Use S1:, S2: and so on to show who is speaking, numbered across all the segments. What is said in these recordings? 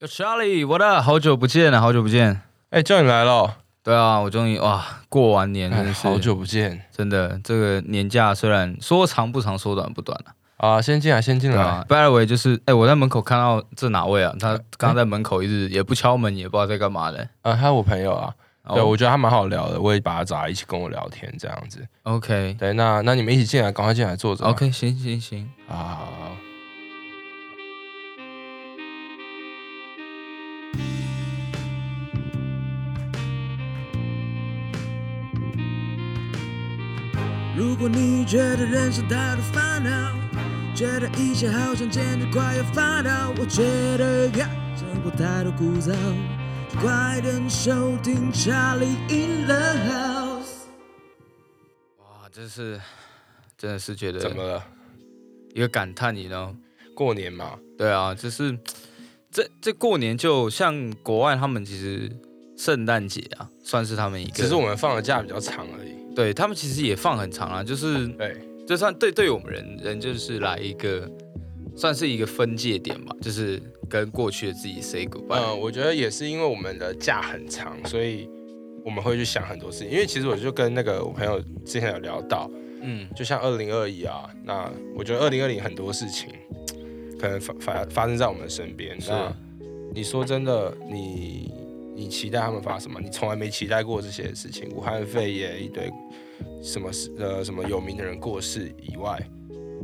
S1: Yo, Charlie，what up？好久不见啊了，好久不见。
S2: 哎、叫你来了，
S1: 对啊，我终于哇，过完年真
S2: 哎，
S1: 的是、
S2: 好久不见
S1: 真的这个年假虽然说长不长，说短不短啊。
S2: 啊！先进来，先进
S1: 对
S2: 来。
S1: 啊，by the way，就是哎、我在门口看到这哪位啊？他刚刚在门口一直也不敲门，也不知道在干嘛的。
S2: 啊，他我朋友啊，
S1: 哦
S2: 对我觉得他蛮好聊的，我也把他找来一起跟我聊天这样子。
S1: 哦 OK
S2: 对，那那你们一起进来，赶快进来坐着吧。
S1: OK，行行行，
S2: 啊，好好好
S3: 如果你觉得人生太多烦恼，觉得一切好像简直快要发抖，我觉得呀，生活太多枯燥，就快点收听 Charlie in the House。
S1: 哇，真是真的是觉
S2: 怎么
S1: 得
S2: 了？
S1: 一个感叹，你知道。
S2: 过年嘛，
S1: 对啊，就是这这过年就像国外他们其实圣诞节啊，算是他们一个，
S2: 只是我们放的假比较长而已。
S1: 对他们其实也放很长啊，就是
S2: 对，
S1: 就算对对我们人人就是来一个算是一个分界点吧，就是跟过去的自己 say goodbye。
S2: 嗯，我觉得也是因为我们的假很长，所以我们会去想很多事情。因为其实我就跟那个我朋友之前有聊到，
S1: 嗯，
S2: 就像二零二一啊，那我觉得二零二零很多事情可能发发发生在我们身边。
S1: 是
S2: 那你说真的，你你期待他们发什么？你从来没期待过这些事情，武汉肺炎一堆什么事呃什么有名的人过世以外，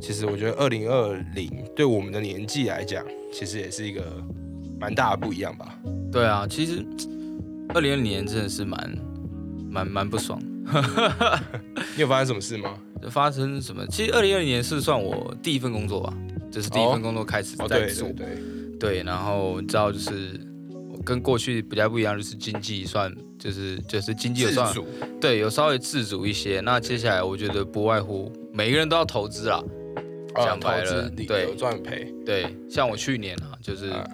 S2: 其实我觉得二零二零对我们的年纪来讲，其实也是一个蛮大的不一样吧。
S1: 对啊，其实二零二零年真的是蛮蛮蛮不爽。
S2: 你有发生什么事吗？
S1: 发生什么？其实二零二零年是算我第一份工作吧，就是第一份
S2: 哦
S1: 工作开始
S2: 哦，
S1: 在
S2: 对
S1: 做
S2: 对。对，
S1: 对，然后你知道就是跟过去比较不一样，就是经济算就是就是经济有算
S2: 自主
S1: 对有稍微自主一些。那接下来我觉得不外乎每个人都要投资啦，
S2: 啊，
S1: 讲
S2: 投
S1: 白了
S2: 资理
S1: 对
S2: 有赚赔，
S1: 对，像我去年啊，就是
S2: 啊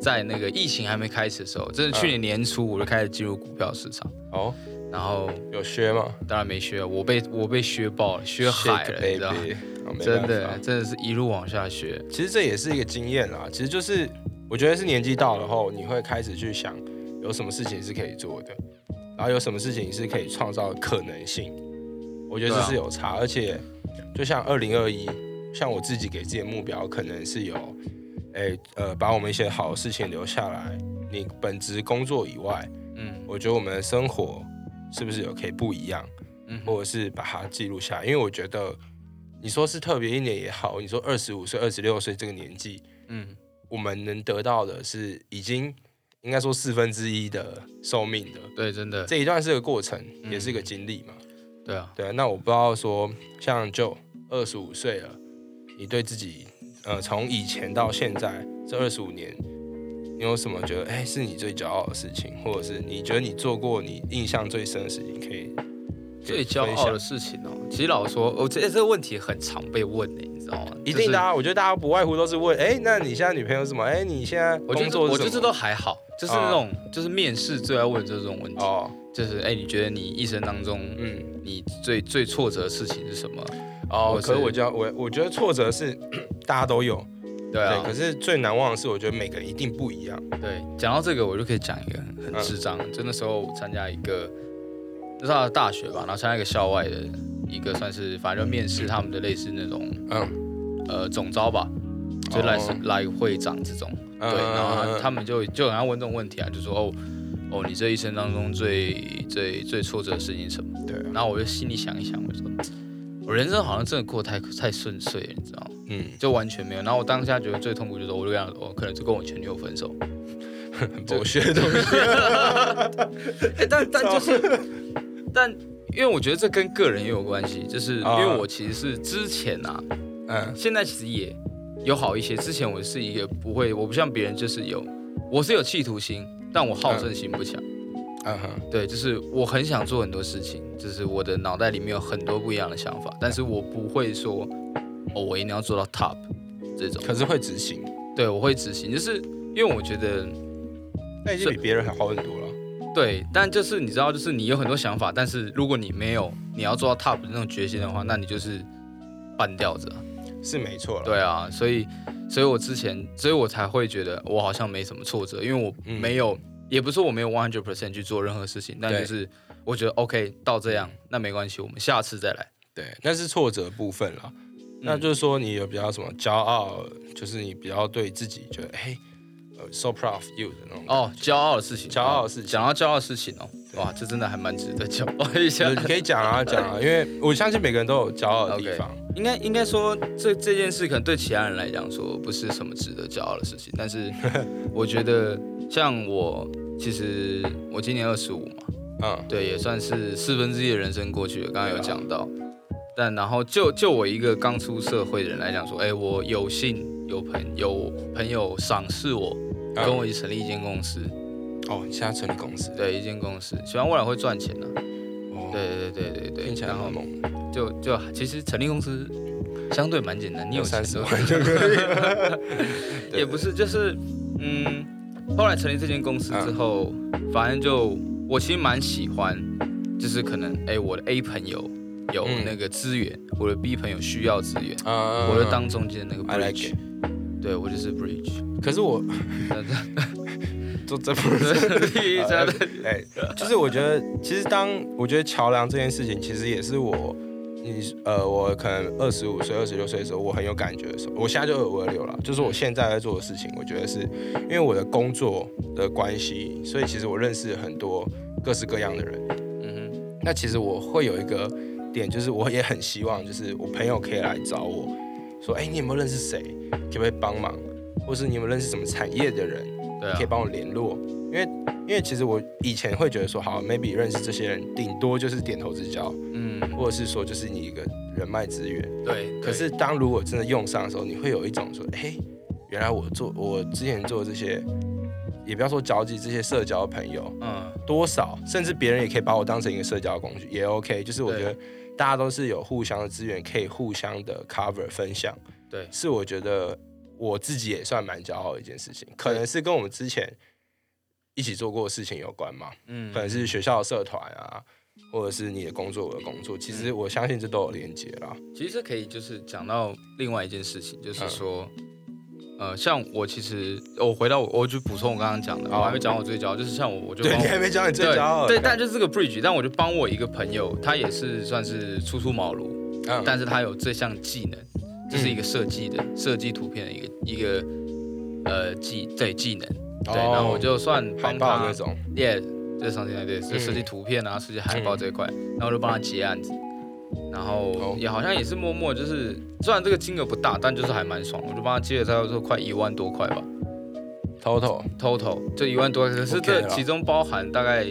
S1: 在那个疫情还没开始的时候，真的去年年初我就开始进入股票市场，
S2: 哦，
S1: 然后
S2: 有削吗？
S1: 当然没削，我被我被削爆了，削海了，你知道吗？
S2: 哦
S1: 真的，
S2: 没办法
S1: 真的是一路往下削。
S2: 其实这也是一个经验啦。其实就是我觉得是年纪到了后，你会开始去想有什么事情是可以做的，然后有什么事情是可以创造可能性。我觉得这
S1: 对啊
S2: 是有差，而且就像二零二一，像我自己给自己的目标，可能是有，哎、呃，把我们一些好的事情留下来。你本职工作以外，
S1: 嗯
S2: 我觉得我们的生活是不是有可以不一样？
S1: 嗯哼，
S2: 或者是把它记录下来，因为我觉得你说是特别一年也好，你说二十五岁、二十六岁这个年纪，
S1: 嗯，
S2: 我们能得到的是已经应该说四分之一的寿命的
S1: 对，真的，
S2: 这一段是个过程，
S1: 嗯
S2: 也是个经历嘛。
S1: 对啊，
S2: 对啊，那我不知道说像就二十五岁了，你对自己呃从以前到现在这二十五年。你有什么觉得哎、是你最骄傲的事情，或者是你觉得你做过你印象最深的事情，可以可以
S1: 最骄
S2: 分
S1: 傲
S2: 享
S1: 的事情哦、其实老实说，我这这个问题很常被问呢、你知道吗？
S2: 一定的、啊，我觉得大家不外乎都是问，哎、那你现在女朋友是什么？哎、你现在
S1: 就是。
S2: 工作
S1: 我觉得我觉
S2: 是什么啊
S1: 得这都还好，就是那种、就是面试最爱问的就是这种问题，
S2: 哦，
S1: 就是哎、你觉得你一生当中
S2: 嗯，
S1: 你最最挫折的事情是什么？
S2: 哦
S1: 我，是
S2: 可是我觉得我我觉得挫折是大家都有，
S1: 对啊，
S2: 可是最难忘的是，我觉得每个人一定不一样。
S1: 对，讲到这个，我就可以讲一个很很智
S2: 嗯
S1: 障的，就那时候我参加一个，那是他的大学吧，然后参加一个校外的一个算是反正就面试他们的类似那种
S2: 嗯，
S1: 呃总招吧，就来、
S2: 哦
S1: 来会长这种，
S2: 嗯
S1: 对，然后
S2: 嗯
S1: 他
S2: 嗯
S1: 他们就就很爱问这种问题啊，就说哦哦，你这一生当中最最最挫折的事情是什么？
S2: 对啊，
S1: 然后我就心里想一想，我就说我人生好像真的过得太太顺遂了，你知道吗？
S2: 嗯，
S1: 就完全没有。然后我当下觉得最痛苦就是，我就跟他说，哦，可能就跟我前女友分手。
S2: 很博学的东西。
S1: 哎，但但就是，但因为我觉得这跟个人也有关系，就是因
S2: 啊
S1: 为我其实是之前啊，
S2: 嗯，
S1: 现在其实也有好一些。之前我是一个不会，我不像别人，就是有，我是有企图心，但我好胜心不强。
S2: 嗯哼，
S1: 对，就是我很想做很多事情，就是我的脑袋里面有很多不一样的想法，但是我不会说，哦，我一定要做到 top 这种。
S2: 可是会执行，
S1: 对，我会执行，就是因为我觉得
S2: 那已经比别人好很多了。
S1: 对，但就是你知道，就是你有很多想法，但是如果你没有你要做到 top 的那种决心的话，那你就是半吊子啊。
S2: 是没错了，
S1: 对啊，所以所以我之前，所以我才会觉得我好像没什么挫折，因为我
S2: 嗯
S1: 没有，也不是我没有 one hundred percent 去做任何事情，但
S2: 对
S1: 就是我觉得 OK 到这样，那没关系，我们下次再来。
S2: 对，那是挫折部分啦。那就是说你有比较什么骄傲，就是你比较对自己觉得哎、呃 s o proud of you 的那种。
S1: 哦，骄傲的事情，
S2: 骄傲的事情
S1: 讲到骄傲的事情哦，哇，这真的还蛮值得骄傲一下
S2: 你。可以讲啊讲啊，因为我相信每个人都有骄傲的地
S1: OK
S2: 方。
S1: 应该应该说，这这件事可能对其他人来讲说不是什么值得骄傲的事情，但 是我觉得像我，其实我今年二十五嘛，
S2: 嗯，
S1: 对，也算是四分之一的人生过去了，刚刚有
S2: 对啊
S1: 讲到。但然后就就我一个刚出社会的人来讲说，哎，我有幸有朋有朋友赏识我，
S2: 嗯
S1: 跟我一起成立一间公司，
S2: 哦，你现在成立公司，
S1: 对，一间公司，希望未来会赚钱啊。
S2: 哦，
S1: 对对对对对
S2: 听起
S1: 对，
S2: 来
S1: 然后
S2: 很猛，
S1: 就就其实成立公司相对蛮简单，你有钱
S2: 三十
S1: 就
S2: 万就可以了。对
S1: 也不是，就是嗯，后来成立这间公司
S2: 嗯
S1: 之后，反正就我其实蛮喜欢，就是可能哎、我的 A 朋友有
S2: 嗯
S1: 那个资源，我的 B 朋友需要资源，
S2: 嗯嗯，
S1: 我就
S2: 嗯
S1: 当中间那个
S2: I like
S1: bridge，、对我就是 bridge，
S2: 可是我
S1: 但是
S2: 做这不是
S1: 第一家的
S2: 哎，就是我觉得，其实当我觉得桥梁这件事情，其实也是我，你呃，我可能二十五岁、二十六岁的时候，我很有感觉的时候，我现在就有二六了，就是我现在在做的事情，我觉得是因为我的工作的关系，所以其实我认识很多各式各样的人。
S1: 嗯
S2: 那其实我会有一个点，就是我也很希望，就是我朋友可以来找我说，哎、你有没有认识谁？可不可以帮忙？或是你有没有认识什么产业的人？
S1: 哼，对
S2: 可以
S1: 啊，
S2: 帮我联络，因为因为其实我以前会觉得说，好，maybe 认识这些人，顶多就是点头之交，
S1: 嗯，
S2: 或者是说就是你一个人脉资源。
S1: 对，
S2: 可是当如果真的用上的时候，你会有一种说，嘿，原来我做我之前做这些，也不要说交际，这些社交的朋友
S1: 对嗯，
S2: 多少，甚至别人也可以把我当成一个社交工具，也 OK。就是我
S1: 对
S2: 觉得大家都是有互相的资源，可以互相的 cover 分享。
S1: 对，
S2: 是我觉得我自己也算蛮骄傲的一件事情，可能是跟我们之前一起做过的事情有关嘛，
S1: 嗯
S2: 可能是学校的社团啊，或者是你的工作我的工作，其
S1: 嗯
S2: 实我相信这都有连接啦。
S1: 其实可以就是讲到另外一件事情，
S2: 嗯
S1: 就是说，呃，像我其实我回到我，我就补充我刚刚讲的，
S2: 好啊
S1: 我还没讲我最骄傲，就是像我，我就
S2: 对
S1: 帮
S2: 你
S1: 我
S2: 还没讲你 最骄傲
S1: 对对，
S2: 的，
S1: 但就是这个 bridge，但我就帮我一个朋友，他也是算是初出茅庐，
S2: 嗯
S1: 但是他有这项技能，这是一个设计的设计图片的一个一个呃技对技能，对，
S2: 哦
S1: 然后我就算
S2: 海
S1: 帮
S2: 报那
S1: 他
S2: 种，
S1: 耶，这上面对，就
S2: 嗯
S1: 设计图片啊，设计海报这一块，然后我就帮他接案子，然后
S2: 哦
S1: 也好像也是默默就是，虽然这个金额不大，但就是还蛮爽，我就帮他接了差不多快一万多块吧
S2: 偷偷
S1: ，total 就一万多块，可是
S2: OK
S1: 这
S2: 了
S1: 其中包含大概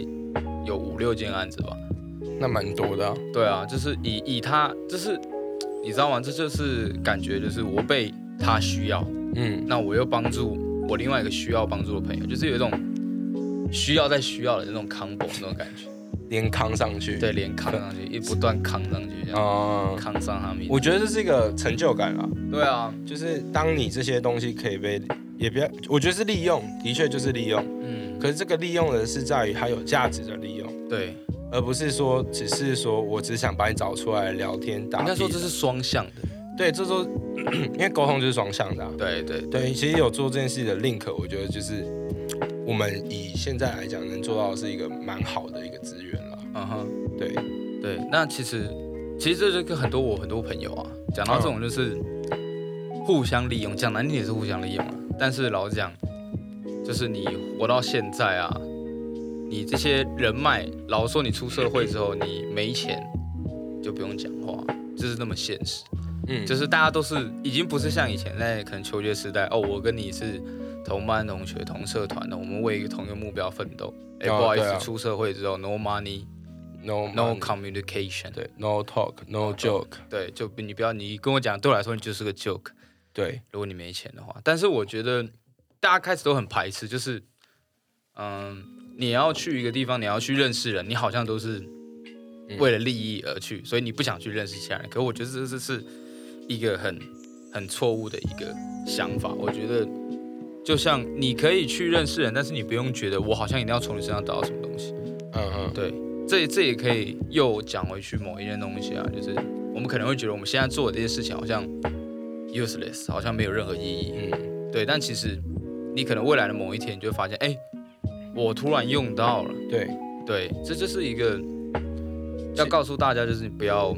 S1: 有五六件案子吧，
S2: 那蛮多的啊、
S1: 对啊，就是以以他就是你知道吗？这就是感觉就是我被他需要，
S2: 嗯，
S1: 那我又帮助我另外一个需要帮助的朋友，就是有一种需要再需要的那种 combo 那种感觉。
S2: 连扛上去，
S1: 对，连扛上去，一不断扛上去，这样、
S2: 嗯，
S1: 扛上他们一。
S2: 我觉得这是一个成就感啦，
S1: 对啊，
S2: 就是当你这些东西可以被，也不要，我觉得是利用，的确就是利用。
S1: 嗯，
S2: 可是这个利用的是在于它有价值的利用，
S1: 对，
S2: 而不是说只是说我只想把你找出来聊天打屁。
S1: 应该说这是双向的。
S2: 对，这都 因为沟通就是双向的啊、
S1: 对对
S2: 对，其实有做这件事的 link，我觉得就是我们以现在来讲能做到的是一个蛮好的一个资源了。
S1: 嗯哼，
S2: 对，
S1: 对。那其实其实这就是跟很多我很多朋友啊，讲到这种就是
S2: 哦
S1: 互相利用，讲难听也是互相利用啊。但是老实讲，就是你活到现在啊，你这些人脉，老实说你出社会之后，你没钱就不用讲话，就是那么现实。
S2: 嗯，
S1: 就是是大家都是已经不是像以前那可能求学时代哦，我跟你是同班同学、同社团的，我们为一个同一个目标奋斗。哎、
S2: 哦
S1: 不好意思，
S2: 对啊
S1: 出社会之后，no money,
S2: no
S1: no
S2: money，
S1: communication。
S2: 对，no talk，no joke，
S1: 对，就你不要你跟我讲，对我来说你就是个 joke。
S2: 对，
S1: 如果你没钱的话，但是我觉得大家开始都很排斥，就是嗯，你要去一个地方，你要去认识人，你好像都是
S2: 嗯
S1: 为了利益而去，所以你不想去认识其他人。可我觉得这这是一个很很错误的一个想法。我觉得就像你可以去认识人，但是你不用觉得我好像一定要从你身上得到什么东西。
S2: 嗯嗯，
S1: 对，这这也可以又讲回去某一件东西啊，就是我们可能会觉得我们现在做的这些事情好像 useless，好像没有任何意义。
S2: 嗯，
S1: 对，但其实你可能未来的某一天，你就会发现，哎、我突然用到了。
S2: 对，
S1: 对，这就是一个要
S2: 是
S1: 告诉大家，就是你不要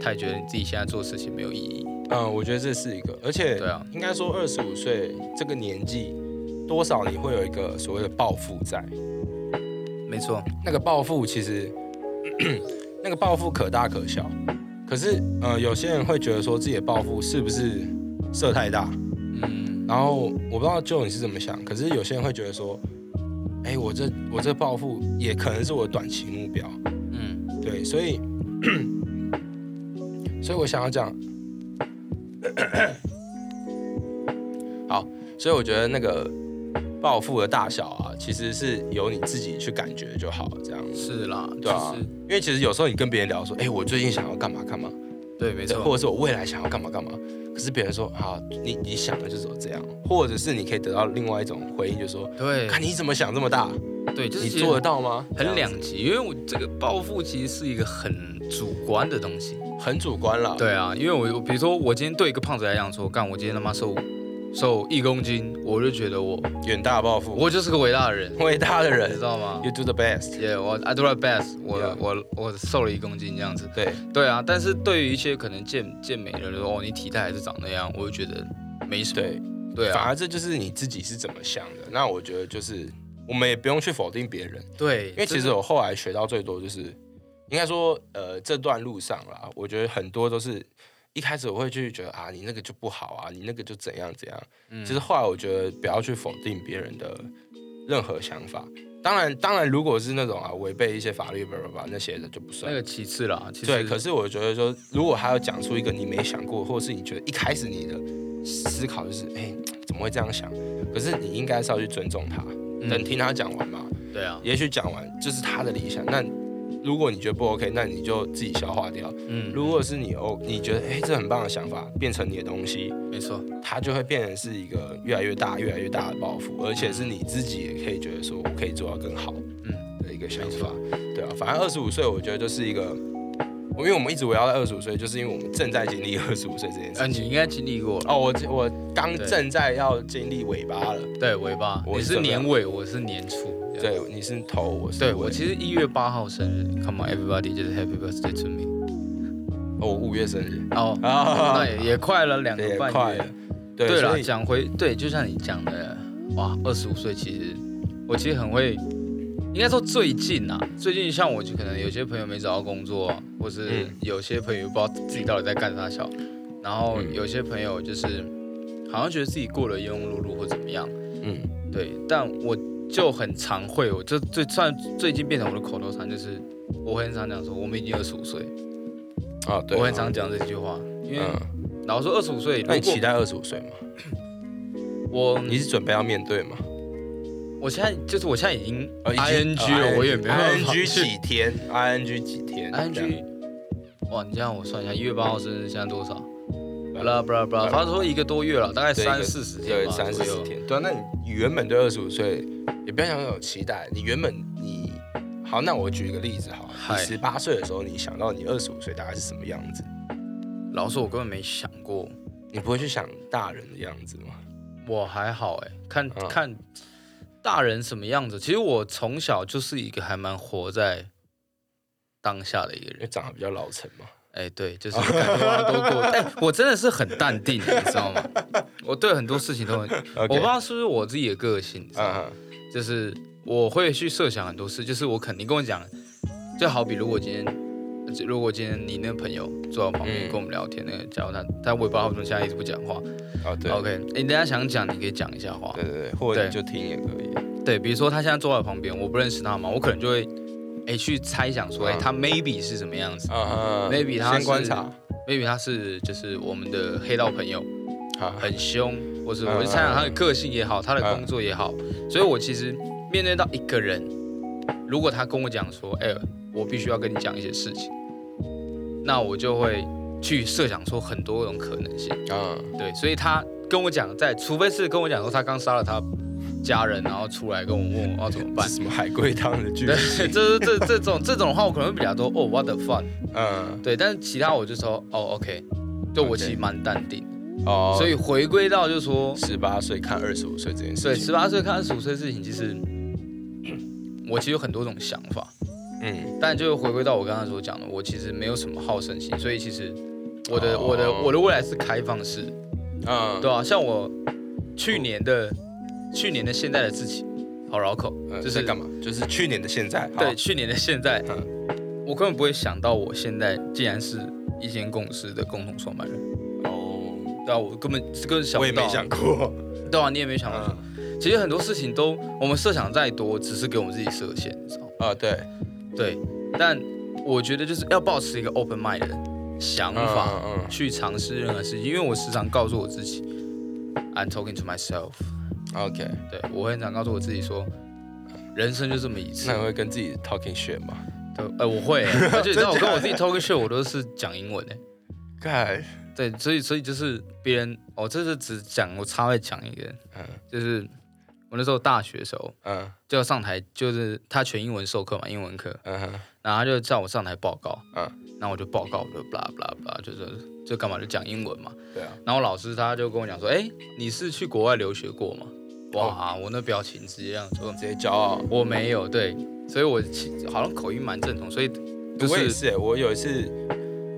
S1: 太觉得你自己现在做事情没有意义。
S2: 嗯，我觉得这是一个，而且
S1: 对啊，
S2: 应该说二十五岁这个年纪，多少你会有一个所谓的抱负在，
S1: 没错，
S2: 那个抱负其实那个抱负可大可小，可是呃，有些人会觉得说自己的抱负是不是设太大，
S1: 嗯，
S2: 然后我不知道就你是怎么想，可是有些人会觉得说，哎、我这我这抱负也可能是我的短期目标，
S1: 嗯，
S2: 对，所以 所以我想要讲，好，所以我觉得那个抱负的大小啊，其实是由你自己去感觉就好，这样子。
S1: 是啦，
S2: 对啊
S1: 就是，
S2: 因为其实有时候你跟别人聊说，哎、我最近想要干嘛干嘛，
S1: 对，没错，
S2: 或者是我未来想要干嘛干嘛，可是别人说啊，你你想的就是这样，或者是你可以得到另外一种回应，就说，
S1: 对，
S2: 看你怎么想这么大，
S1: 对，就是
S2: 你
S1: 其实
S2: 做得到吗？这
S1: 很
S2: 样子
S1: 两极，因为我这个抱负其实是一个很主观的东西。
S2: 很主观啦。
S1: 对啊，因为我我比如说我今天对一个胖子来讲说，干我今天他妈瘦瘦一公斤，我就觉得我
S2: 远大抱负，
S1: 我就是个伟大的人，
S2: 伟大的
S1: 你
S2: 人
S1: 知道吗
S2: ，You do the best。
S1: ？Yeah，我 I do my best，我
S2: Yeah
S1: 我我瘦了一公斤这样子。
S2: 对，
S1: 对啊，但是对于一些可能健健美的人说，哦，你体态还是长那样，我就觉得没什么。
S2: 对，
S1: 对
S2: 反
S1: 啊，
S2: 而这就是你自己是怎么想的。那我觉得就是我们也不用去否定别人，
S1: 对，因
S2: 因为其实我后来学到最多就是，应该说，呃，这段路上啦，我觉得很多都是一开始我会去觉得啊，你那个就不好啊，你那个就怎样怎样。
S1: 嗯
S2: 其实后来我觉得不要去否定别人的任何想法。当然，当然，如果是那种啊违背一些法律吧吧吧那些的就不算
S1: 那。个其次啦，其实
S2: 对，可是我觉得说，如果他要讲出一个你没想过，或者是你觉得一开始你的思考就是，哎、怎么会这样想？可是你应该是要去尊重他，
S1: 嗯
S2: 等听他讲完嘛。
S1: 对啊，
S2: 也许讲完就是他的理想，那如果你觉得不 OK，那你就自己消化掉。
S1: 嗯，
S2: 如果是你哦，你觉得哎、这很棒的想法，变成你的东西，
S1: 没错，
S2: 它就会变成是一个越来越大、越来越大的抱负，而且是你自己也可以觉得说我可以做到更好，
S1: 嗯
S2: 的一个想法，对啊，反正二十五岁，我觉得就是一个，我因为我们一直围绕在二十五岁，就是因为我们正在经历二十五岁这件
S1: 啊，
S2: 事
S1: 呃你
S2: 情。
S1: 应该经历过了，
S2: 哦，我我刚
S1: 对
S2: 正在要经历尾巴了，
S1: 对尾巴，
S2: 我
S1: 你
S2: 是
S1: 是
S2: 怎么样
S1: 年尾，我是年初，这样，
S2: 对，你是头，我是
S1: 对
S2: 尾
S1: 我其实一月八号生日，Come on everybody，就是 Happy Birthday to me，
S2: 哦我五月生日
S1: 哦，
S2: 啊
S1: 那也也快了两
S2: 对
S1: 个
S2: 也
S1: 半
S2: 快
S1: 月
S2: 了，， 对
S1: 对
S2: 所
S1: 了，
S2: 以
S1: 讲回对，就像你讲的，哇，二十五岁其实我其实很会，应该说最近啊，最近像我就可能有些朋友没找到工作、啊，或是
S2: 嗯
S1: 有些朋友不知道自己到底在干啥小，然后
S2: 嗯
S1: 有些朋友就是好像觉得自己过得庸庸碌碌或怎么样，
S2: 嗯，
S1: 对，但我就很常会，我就最算最近变成我的口头禅就是。我会很常讲说，我们已经二十五岁，
S2: 哦，对，
S1: 我很常
S2: 啊，
S1: 讲这句话，因为
S2: 嗯，
S1: 老实说二十五岁，如
S2: 那你期
S1: 果
S2: 待二十五岁吗？
S1: 我
S2: 你是准备要面对吗？
S1: 我现在就是我现在已经
S2: 呃已经
S1: ing
S2: 呃
S1: 了，哦我也没办法
S2: ing
S1: 去
S2: 几天，ing 几天
S1: ing。哇，你这样我算一下，一月八号生日现在多少？
S2: 这
S1: 不
S2: 样
S1: 啦不啦不啦，反正说一个多月了，大概
S2: 啊对一个
S1: 三四十天
S2: 对，
S1: 吧
S2: 三
S1: 左
S2: 四十
S1: 右。
S2: 天。对啊，那你原本对二十五岁也不要想有期待，你原本你好，那我举一个例子好了，
S1: 嗨
S2: 你十八岁的时候，你想到你二十五岁大概是什么样子，
S1: 老实说，我根本没想过，
S2: 你不会去想大人的样子吗？
S1: 我还好哎，看
S2: 嗯
S1: 看大人什么样子。其实我从小就是一个还蛮活在当下的一个
S2: 因为
S1: 人。
S2: 长得比较老成嘛。
S1: 哎，对，就是感觉都 过，但我真的是很淡定，你知道吗？我对很多事情 都很，我不知道是不是我自己的个性，你知道吗？
S2: 嗯
S1: 就是我会去设想很多事，就是我肯定跟我讲，就好比如果今天，就如果今天你那个朋友坐到旁边
S2: 嗯
S1: 跟我们聊天，那个假如他，但我也不知道他为什么现在一直不讲话。
S2: 嗯，哦对
S1: OK，诶你等一下想讲你可以讲一下话。
S2: 对对对，或者
S1: 对
S2: 你就听也可以。
S1: 对，比如说他现在坐在我旁边，我不认识他嘛，我可能就会诶去猜想说，诶
S2: 嗯
S1: 他 maybe 是什么样子
S2: 啊
S1: Maybe 他
S2: 先观
S1: 是
S2: 察，
S1: ，maybe 他是就是我们的黑道朋友，
S2: 好
S1: 很凶，或是
S2: 嗯
S1: 我就猜想他的个性也好，他的工作也好，所以我其实面对到一个人，如果他跟我讲说，哎、我必须要跟你讲一些事情，那我就会去设想说很多种可能性。
S2: 嗯
S1: 对，所以他跟我讲在，除非是跟我讲说他刚杀了他家人，然后出来跟我问我要怎么办
S2: 是。什么海龟汤的剧
S1: 对， 这这这种这种的话，我可能会比较多哦，what the fuck。
S2: 嗯，
S1: 对，但是其他我就说哦，OK，就我
S2: OK
S1: 其实蛮淡定。
S2: 哦，
S1: 所以回归到就是说，
S2: 十八岁看二十五岁这件
S1: 对
S2: 事情，
S1: 十八岁看二十五岁的事情，其实我其实有很多种想法，
S2: 嗯，
S1: 但就回归到我刚刚所讲的，我其实没有什么好胜心，所以其实我的、
S2: 哦
S1: 我的我的未来是开放式，
S2: 嗯，
S1: 对啊，像我去年的、去年的现在的自己，好绕口，
S2: 嗯，
S1: 就
S2: 就是是干嘛？就是去年的现在，好
S1: 对，去年的现在，
S2: 嗯
S1: 我根本不会想到我现在竟然是一间公司的共同创办人，
S2: 哦，
S1: 对啊，我根本根本想不
S2: 我也
S1: 到，
S2: 没想过，
S1: 对啊，你也没想过。
S2: 嗯，
S1: 其实很多事情都我们设想再多，只是给我们自己设限，你知道吗？
S2: 啊，对，
S1: 对，但我觉得就是要保持一个 open mind 的想法。
S2: 嗯，嗯
S1: 去尝试任何事情，因为我时常告诉我自己，I'm talking to myself，
S2: 嗯，OK，
S1: 对我会很常告诉我自己说，人生就这么一次
S2: 那。你会跟自己 talking shit 吗？
S1: 对，哎、我会、而且你知道我跟
S2: 真假的
S1: 我自己 talking shit，我都是讲英文的、
S2: 干，
S1: 对，所以所以就是别人，哦，这是只讲我插会讲一个，
S2: 嗯
S1: 就是我那时候大学的时候
S2: 嗯
S1: 就要上台，就是他全英文授课嘛，英文课，
S2: 嗯哼，
S1: 然后他就叫我上台报告，
S2: 嗯，
S1: 然后我就报告，我就 blah blah blah，就是就干嘛就讲英文嘛，
S2: 对啊，
S1: 然后老师他就跟我讲说，哎、你是去国外留学过吗？哇，
S2: 哦
S1: 我那表情直接让说
S2: 直接骄傲。
S1: 我没有，对，所以我其好像口音蛮正统，所以就
S2: 我也
S1: 是
S2: 是欸，我有一次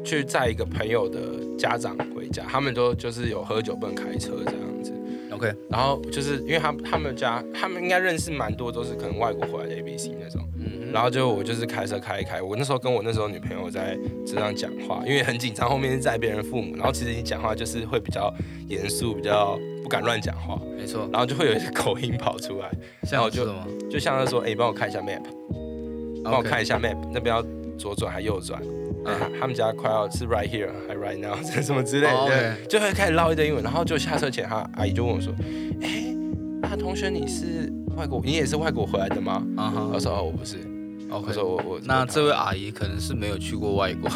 S2: 去载一个朋友的家长回家，他们都就是有喝酒不能开车这样子，
S1: OK，
S2: 然后就是因为他他们家他们应该认识蛮多都是可能外国回来的 A B C 那种，
S1: 嗯，
S2: 然后就我就是开车开一开，我那时候跟我那时候女朋友在车上讲话，因为很紧张，后面是载别人父母，然后其实你讲话就是会比较严肃，比较不敢乱讲话，
S1: 没错，
S2: 然后就会有一些口音跑出来，
S1: 像我
S2: 就
S1: 就什么
S2: 就像他说，哎、你帮我看一下 map。帮我看一下 map，那边要左转还右转？
S1: 嗯
S2: 嗯，他们家快要是 right here 还 right now 什么之类
S1: 哦
S2: 的
S1: ，OK，
S2: 就会开始唠一堆英文。然后就下车前，他阿姨就问我说：“哎，那同学你是外国，你也是外国回来的吗？”
S1: 啊哈
S2: 我说：“哦，我不是。”我
S1: ，OK。
S2: 说：“我我。”
S1: 那这位阿姨可能是没有去过外国，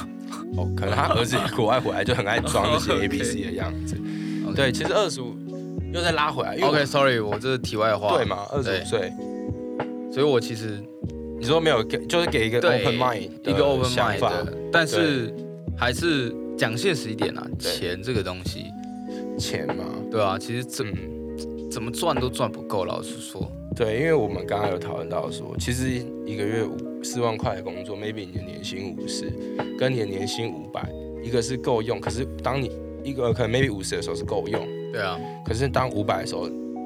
S2: 哦，可能他儿子也国外回来就很爱装那些
S1: 哦
S2: A
S1: ，OK
S2: B C 的样子。
S1: OK
S2: 对，其实二十五又再拉回 来，因为我
S1: OK，sorry，我这是题外话，
S2: 对嘛，二十五岁，
S1: 所以我其实
S2: 你说没有给，就是给一个
S1: 对
S2: open mind 的
S1: 一个 open
S2: 想
S1: mind
S2: 法
S1: 的，但是还是讲现实一点啊，
S2: 对
S1: 钱这个东西，
S2: 钱嘛，
S1: 对啊，其实怎
S2: 嗯。
S1: 怎么赚都赚不够，老实说，
S2: 对，因为我们刚刚有讨论到说，其实一个月五四万块的工作，maybe 你的年薪五十，跟你的年薪五百，一个是够用，可是当你一个可能 maybe 五十的时候是够用，
S1: 对啊，
S2: 可是当五百的时候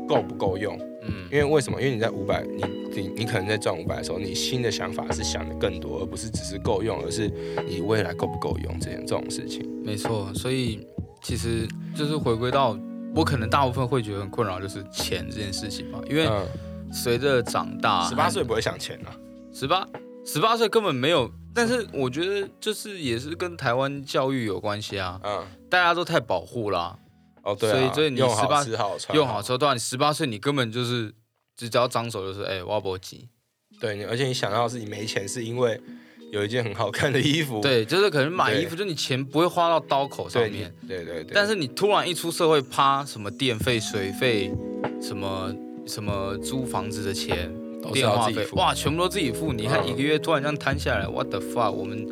S2: 够不够用？
S1: 嗯
S2: 因为为什么？因为你在五百，你你你可能在赚五百的时候，你新的想法是想的更多，而不是只是够用，而是你未来够不够用这件这种事情。
S1: 没错，所以其实就是回归到我可能大部分会觉得很困扰，就是钱这件事情吧。因为
S2: 嗯，
S1: 随着长大，哎
S2: 十八岁不会想钱啊。
S1: 十八十八岁根本没有，但是我觉得就是也是跟台湾教育有关系啊，
S2: 嗯，
S1: 大家都太保护啦、
S2: 哦对啊，
S1: 所以所以你
S2: 用好
S1: 18
S2: 吃好穿
S1: 用好之后，对啊，你十八岁你根本就是只只要张手就是哎、我要搏击，
S2: 对，你而且你想到是你没钱，是因为有一件很好看的衣服。
S1: 对，就是可能买
S2: 对
S1: 衣服，就你钱不会花到刀口上
S2: 对，
S1: 面，
S2: 你对对对。
S1: 但是你突然一出社会，啪，什么电费、水费，什么什么租房子的钱
S2: 都，是
S1: 电
S2: 要
S1: 话
S2: 自己
S1: 费，
S2: 付
S1: 哇，全部都自己付。你看
S2: 嗯
S1: 一个月突然这样摊下来，what the fuck？我们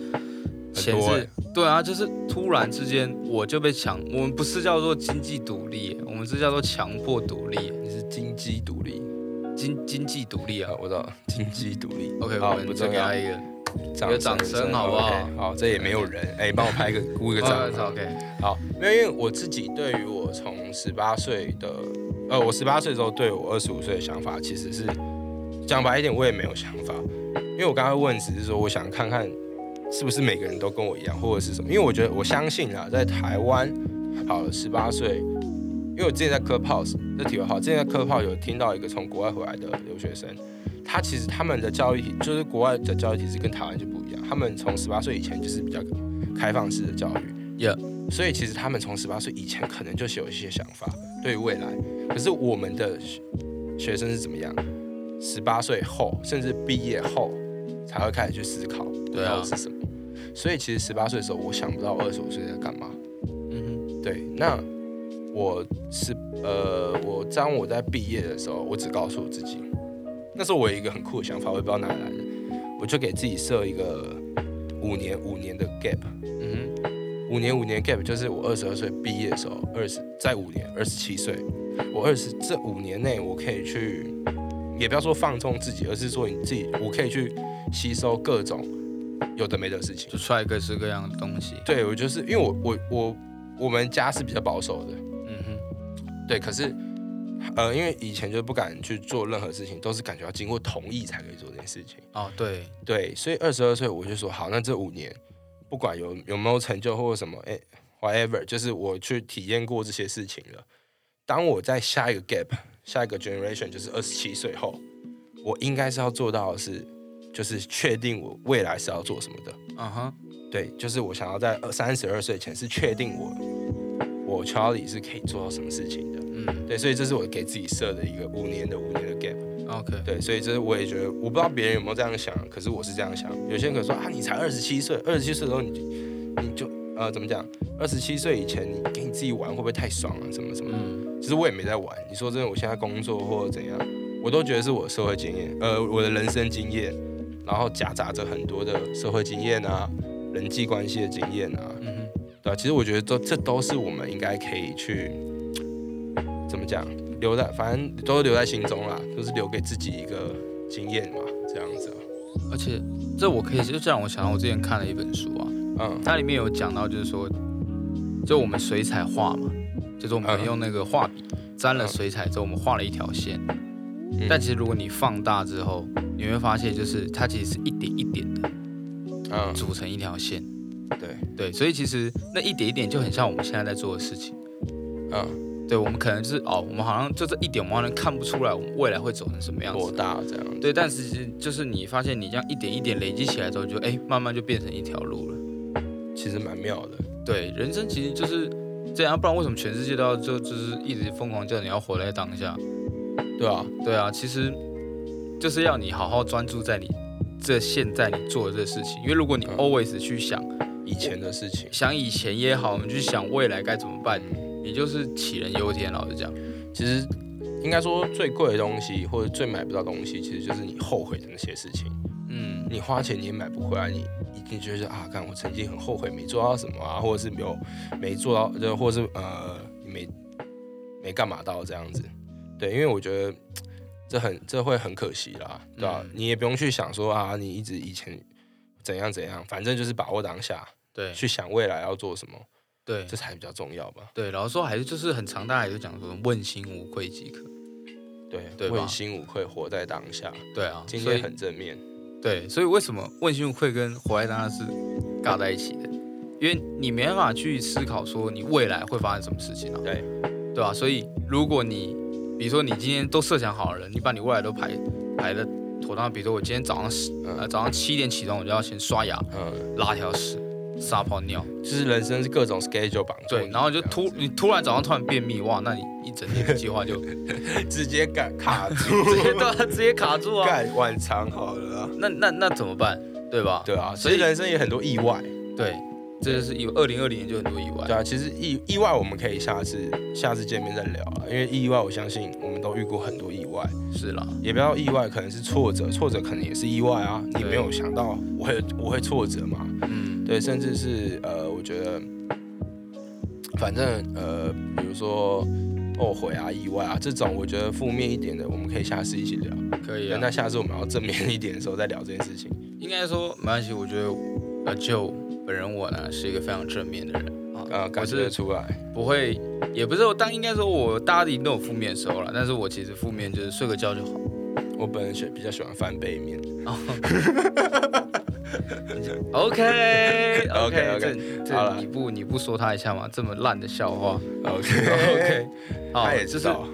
S1: 钱
S2: 多
S1: 是，
S2: 欸
S1: 对啊，就是突然之间我就被抢，我们不是叫做经济独立，我们是叫做强迫独立，
S2: 你是经济独立
S1: 经经济独立啊
S2: 啊，。我知道经济独立。
S1: OK，
S2: 好
S1: 我们
S2: 不
S1: 再
S2: 重
S1: 给
S2: 要
S1: 他，一个
S2: 掌
S1: 一个掌声好不好
S2: OK，好，这也没有人，哎，帮我拍个鼓一个掌。
S1: 哦，OK，
S2: 好，没有，因为我自己对于我从十八岁的，呃，我十八岁的时候对我二十五岁的想法，其实是讲白一点，我也没有想法，因为我刚刚问只是说，我想看看是不是每个人都跟我一样，或者是什么，因为我觉得我相信啊，在台湾，好了，十八岁。因为我之前在 Clubhouse，这题外话，之前在 Clubhouse 有听到一个从国外回来的留学生，他其实他们的教育体就是国外的教育体制跟台湾就不一样，他们从十八岁以前就是比较开放式的教育，所以其实他们从十八岁以前可能就是有一些想法对于未来，可是我们的学学生是怎么样？十八岁后，甚至毕业后才会开始去思考，
S1: 对啊
S2: 到底是什么。所以其实十八岁的时候，我想不到二十五岁在干嘛。
S1: 嗯
S2: 对，那我是呃，我当我在毕业的时候，我只告诉我自己，那时候我有一个很酷的想法，我也不知道哪里来的，我就给自己设一个五年五年的 gap，
S1: 哼，嗯
S2: 五年五年 gap 就是我二十二岁毕业的时候，二十再五年二十七岁，我二十这五年内我可以去，也不要说放纵自己，而是说你自己，我可以去吸收各种有的没的事情。
S1: 就踹各式各样的东西。
S2: 对我就是因为我我我我们家是比较保守的，
S1: 嗯哼，
S2: 对，可是呃，因为以前就不敢去做任何事情，都是感觉要经过同意才可以做这件事情。
S1: 哦对，
S2: 对，所以二十二岁我就说好，那这五年不管有有没有成就或者什么，哎、w h a t e v e r 就是我去体验过这些事情了。当我在下一个 gap，下一个 generation，就是二十七岁后，我应该是要做到的是，就是确定我未来是要做什么的。
S1: 嗯哼，
S2: 对，就是我想要在二三十二岁前是确定我我 Charlie 是可以做到什么事情的。
S1: 嗯
S2: 对，所以这是我给自己设的一个五年的五年的 gap。
S1: ，OK，
S2: 对，所以这是我也觉得，我不知道别人有没有这样想，可是我是这样想。有些人可能说啊，你才二十七岁，二十七岁的时候你就你就呃怎么讲？二十七岁以前你给你自己玩会不会太爽啊？什么什么的？
S1: 嗯
S2: 其实我也没在玩。你说真的，我现在工作或者怎样，我都觉得是我社会经验，呃，我的人生经验，然后夹杂着很多的社会经验啊、人际关系的经验啊，
S1: 嗯
S2: 对啊，其实我觉得这这都是我们应该可以去怎么讲，留在反正都留在心中啦，都是留给自己一个经验嘛，这样子啊
S1: 哼，而且这我可以，就这让我想到我之前看了一本书啊，
S2: 啊。嗯，
S1: 它里面有讲到，就是说，就我们水彩画嘛，就是我们
S2: 嗯
S1: 用那个画笔沾了水彩之后，我们画了一条线。
S2: 嗯
S1: 但其实如果你放大之后，你会发现，就是它其实是一点一点的
S2: 嗯，
S1: 组成一条线。
S2: 对，
S1: 对，所以其实那一点一点就很像我们现在在做的事情。
S2: 嗯，
S1: 对，我们可能就是哦，我们好像就这一点，我们好像看不出来我们未来会走成什么样
S2: 多
S1: 子。
S2: 大这样？
S1: 对，但其实就是你发现你这样一点一点累积起来之后，就哎，慢慢就变成一条路了。
S2: 其实蛮妙的。
S1: 对，人生其实就是这样，啊不然为什么全世界都要就就是一直疯狂叫你要活在当下？
S2: 对啊，
S1: 对啊，其实就是要你好好专注在你这现在你做的这事情，因为如果你
S2: 嗯
S1: always 去想
S2: 以前的事情。
S1: 想以前也好，我们去想未来该怎么办，
S2: 嗯，
S1: 你就是杞人忧天，老实讲。
S2: 其实应该说最贵的东西或者最买不到的东西，其实就是你后悔的那些事情。
S1: 嗯，
S2: 你花钱你也买不回来，你一定觉得啊，干我曾经很后悔没做到什么啊，或者是没有没做到，就或者是呃没没干嘛到这样子。对，因为我觉得嘖这很这会很可惜啦，对吧、
S1: 嗯
S2: 你也不用去想说啊，你一直以前怎样怎样，反正就是把握当下，
S1: 对
S2: 去想未来要做什么，
S1: 对
S2: 这才比较重要吧。
S1: 对，老实说还是就是很常大家也就讲说问心无愧即可。
S2: 对，
S1: 对吧
S2: 问心无愧，活在当下，
S1: 对啊，
S2: 今
S1: 所以
S2: 天很正面。
S1: 对，所以为什么问心无愧跟活在当下是尬在一起的？因为你没办法去思考说你未来会发生什么事情啊，
S2: 对
S1: 对吧、所以如果你，比如说你今天都设想好了，你把你未来都排排的妥当，比如说我今天早上十呃
S2: 嗯
S1: 早上七点起床，我就要先刷牙、
S2: 嗯，
S1: 拉条屎、撒泡尿，
S2: 就是人生是各种 schedule 绑住你这样
S1: 对，
S2: 子，
S1: 然后就突你突然早上突然便秘，哇，那你一整天的计划 就直
S2: 直接卡卡住。
S1: 接对、啊，直接卡住啊，
S2: 干晚长好了啊、
S1: 那那那怎么办？对吧？
S2: 对啊，
S1: 所
S2: 所
S1: 以
S2: 以人生也很多意外。
S1: 对，这就是有二零二零年就很多意外
S2: 对。啊，其实意意外我们可以下次下次见面再聊啊，因为意外我相信我们都遇过很多意外，
S1: 是啦，
S2: 也不要意外，可能是挫折，挫折可能也是意外啊。你
S1: 对
S2: 没有想到我会我会挫折嘛？
S1: 嗯，
S2: 对，甚至是呃，我觉得反正呃，比如说后悔啊、意外啊这种，我觉得负面一点的，我们可以下次一起聊。
S1: 可以
S2: 对
S1: 啊。
S2: 那下次我们要正面一点的时候再聊这件事情。
S1: 应该说没关系，我觉得呃，就本人我呢是一个非常正面的人啊，
S2: 呃，感
S1: 我
S2: 觉得
S1: 是
S2: 出来。
S1: 不会，也不是我当应该说我大家一定都有负面的时候了，但是我其实负面就是睡个觉就好。
S2: 我本人喜比较喜欢翻背面。
S1: OK
S2: OK，OK，
S1: 这
S2: 好
S1: 这
S2: 了
S1: 你不你不说他一下吗？这么烂的笑话。
S2: 哦 OK
S1: 好
S2: 他，也
S1: 就
S2: 知
S1: 是
S2: 道。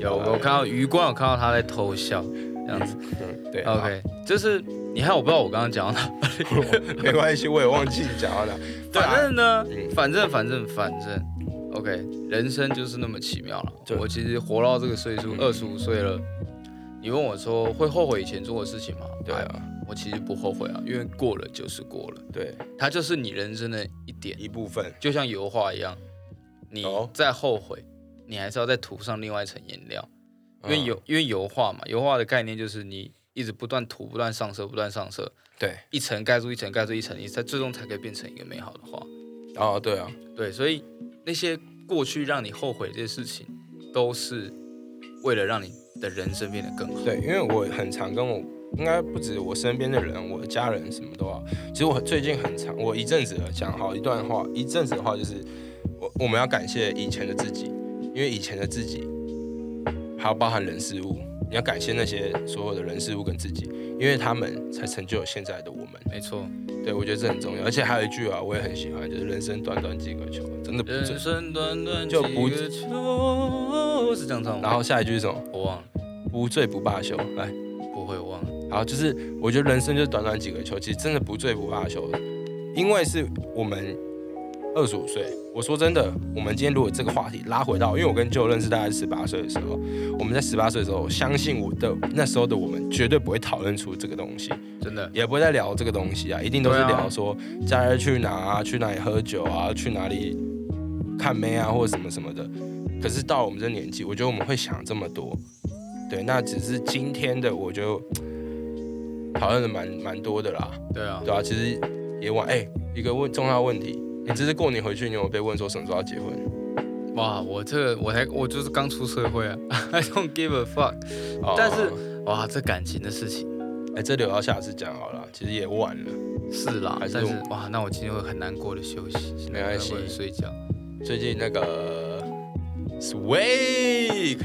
S1: 有我看到余光，我看到他在偷笑，这样子。
S2: 嗯，对
S1: OK，就是你看我不知道我刚刚讲到哪
S2: 好 没关系，我也忘记你讲到哪。 对
S1: 反
S2: 啊，
S1: 正呢，
S2: 嗯
S1: 反正反正反正，OK，人生就是那么奇妙了
S2: 对。嗯
S1: 我其实活到这个岁数，二十五岁了，你问我说会后悔以前做的事情吗？
S2: 对
S1: 哎
S2: 啊，
S1: 我其实不后悔啊，因为过了就是过了，
S2: 对
S1: 它就是你人生的一点，
S2: 一部分。
S1: 就像油画一样，你
S2: 哦
S1: 再后悔，你还是要再涂上另外一层颜料，因为
S2: 嗯
S1: 油因为油画嘛，油画的概念就是你。一直不断涂、不断上色、不断上色，
S2: 对，
S1: 一层盖住一层盖住一层，你才最终才可以变成一个美好的画。
S2: 哦，对啊，
S1: 对，所以那些过去让你后悔这些事情，都是为了让你的人生变得更好。
S2: 对，因为我很常跟我，应该不止我身边的人，我的家人什么都好。其实我最近很常，我一阵子了讲好一段话，一阵子的话就是，我我们要感谢以前的自己，因为以前的自己，还有包含人事物，你要感谢那些所有的人事物跟自己，因为他们才成就了现在的我们。
S1: 没错，
S2: 对，我觉得这很重要。而且还有一句啊，我也很喜欢，就是人生短短几个秋，真的不
S1: 人
S2: 准。
S1: 生短短
S2: 就不
S1: 几个秋，是这样唱吗？
S2: 然后下一句是什么？
S1: 我忘了，
S2: 不醉不罢休。来。
S1: 不会忘了。
S2: 然后就是，我觉得人生就是短短几个秋，其实真的不醉不罢休的。因为是我们二十五岁，我说真的，我们今天如果这个话题拉回到，因为我跟舅认识大概十八岁的时候，我们在十八岁的时候，相信我的那时候的我们绝对不会讨论出这个东西，
S1: 真的，
S2: 也不会再聊这个东西啊，一定都是
S1: 对啊
S2: 聊说假日去哪啊，去哪里喝酒啊，去哪里看妹啊，或者什么什么的。可是到我们这年纪，我觉得我们会想这么多，对，那只是今天的我就讨论的蛮蛮多的啦，
S1: 对啊，
S2: 对啊，其实也晚哎、一个问重要问题，你这次过年回去，你有没有被问说什么时候要结婚？
S1: 哇，我这我才我就是刚出社会啊，I don't give a fuck。
S2: 哦
S1: 但是哇，这感情的事情
S2: 哎、这留到下次讲好了，其实也晚了，
S1: 是啦，
S2: 还是
S1: 但
S2: 我
S1: 是哇，那我今天会很难过的休息，现在
S2: 没关系
S1: 会睡 觉。
S2: 最近那个 Swag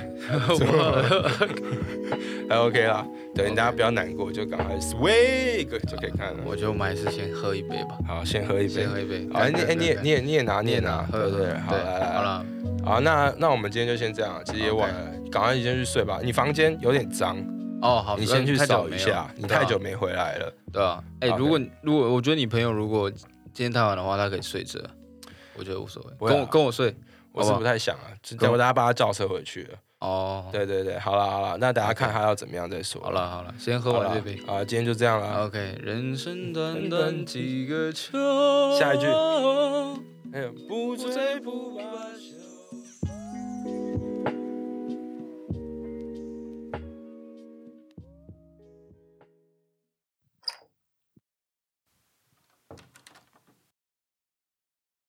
S2: 还 OK 啦，对
S1: OK
S2: 大家不要难过，就赶快 Swag 就可以看了。
S1: 我觉得我们还是先喝一杯吧，
S2: 好，先喝一杯
S1: 先。喝一杯。
S2: 好，哎你哎你也你也你也拿你也
S1: 念
S2: 拿
S1: 啊，，喝
S2: 对对对，好
S1: 对
S2: 来来
S1: 好
S2: 来，
S1: 了，
S2: 好那那我们今天就先这样，其实也晚了，赶快先去睡吧。你房间有点脏，
S1: 哦好，
S2: 你先去
S1: 太久
S2: 扫
S1: 没
S2: 一
S1: 有
S2: 下，你
S1: 对啊
S2: 太久没回来了。
S1: 对啊，哎，
S2: OK
S1: 如果如果我觉得你朋友如果今天太晚的话，他可以睡着，我觉得无所
S2: 不
S1: 谓，
S2: 会啊
S1: 跟我跟我睡
S2: 我是
S1: 好不好
S2: 不太想啊，就
S1: 跟
S2: 等
S1: 我
S2: 我大家把他叫车回去了。
S1: 哦。
S2: 对对对，好了好了，那等下看他要怎么样再说。
S1: 好了好了，先喝
S2: 好啦，
S1: 完这杯。
S2: 啊，今天就这样了。
S1: OK，人生短短
S2: 短
S1: 几个秋。
S2: 下一句哎呦，不
S1: 不
S2: 醉
S1: 醉
S2: 不
S1: 不
S2: 罢
S1: 罢
S2: 休。
S1: 休。